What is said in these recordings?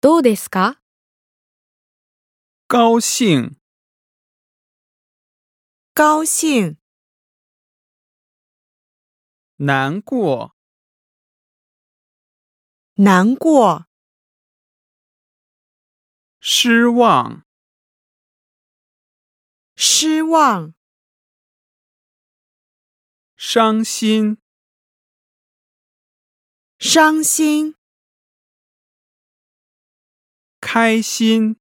どうですか高兴、高兴、难过、难过、失望、失望、伤心、伤心、开心、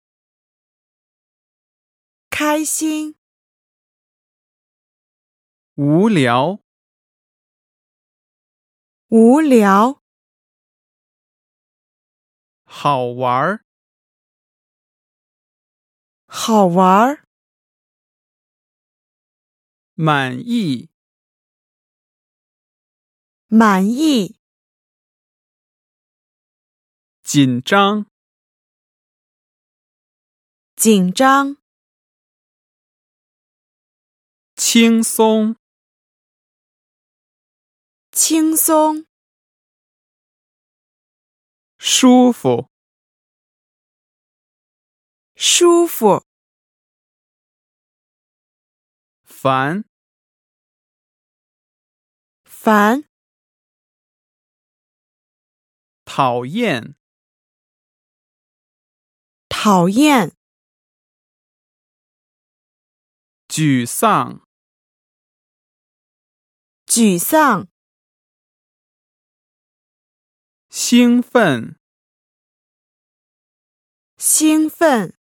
开心、无聊、无聊、好玩儿、好玩儿、满意、满意、紧张、紧张、轻松、轻松、舒服、舒服、烦、烦、讨厌、讨厌、沮丧、沮丧、兴奋。兴奋。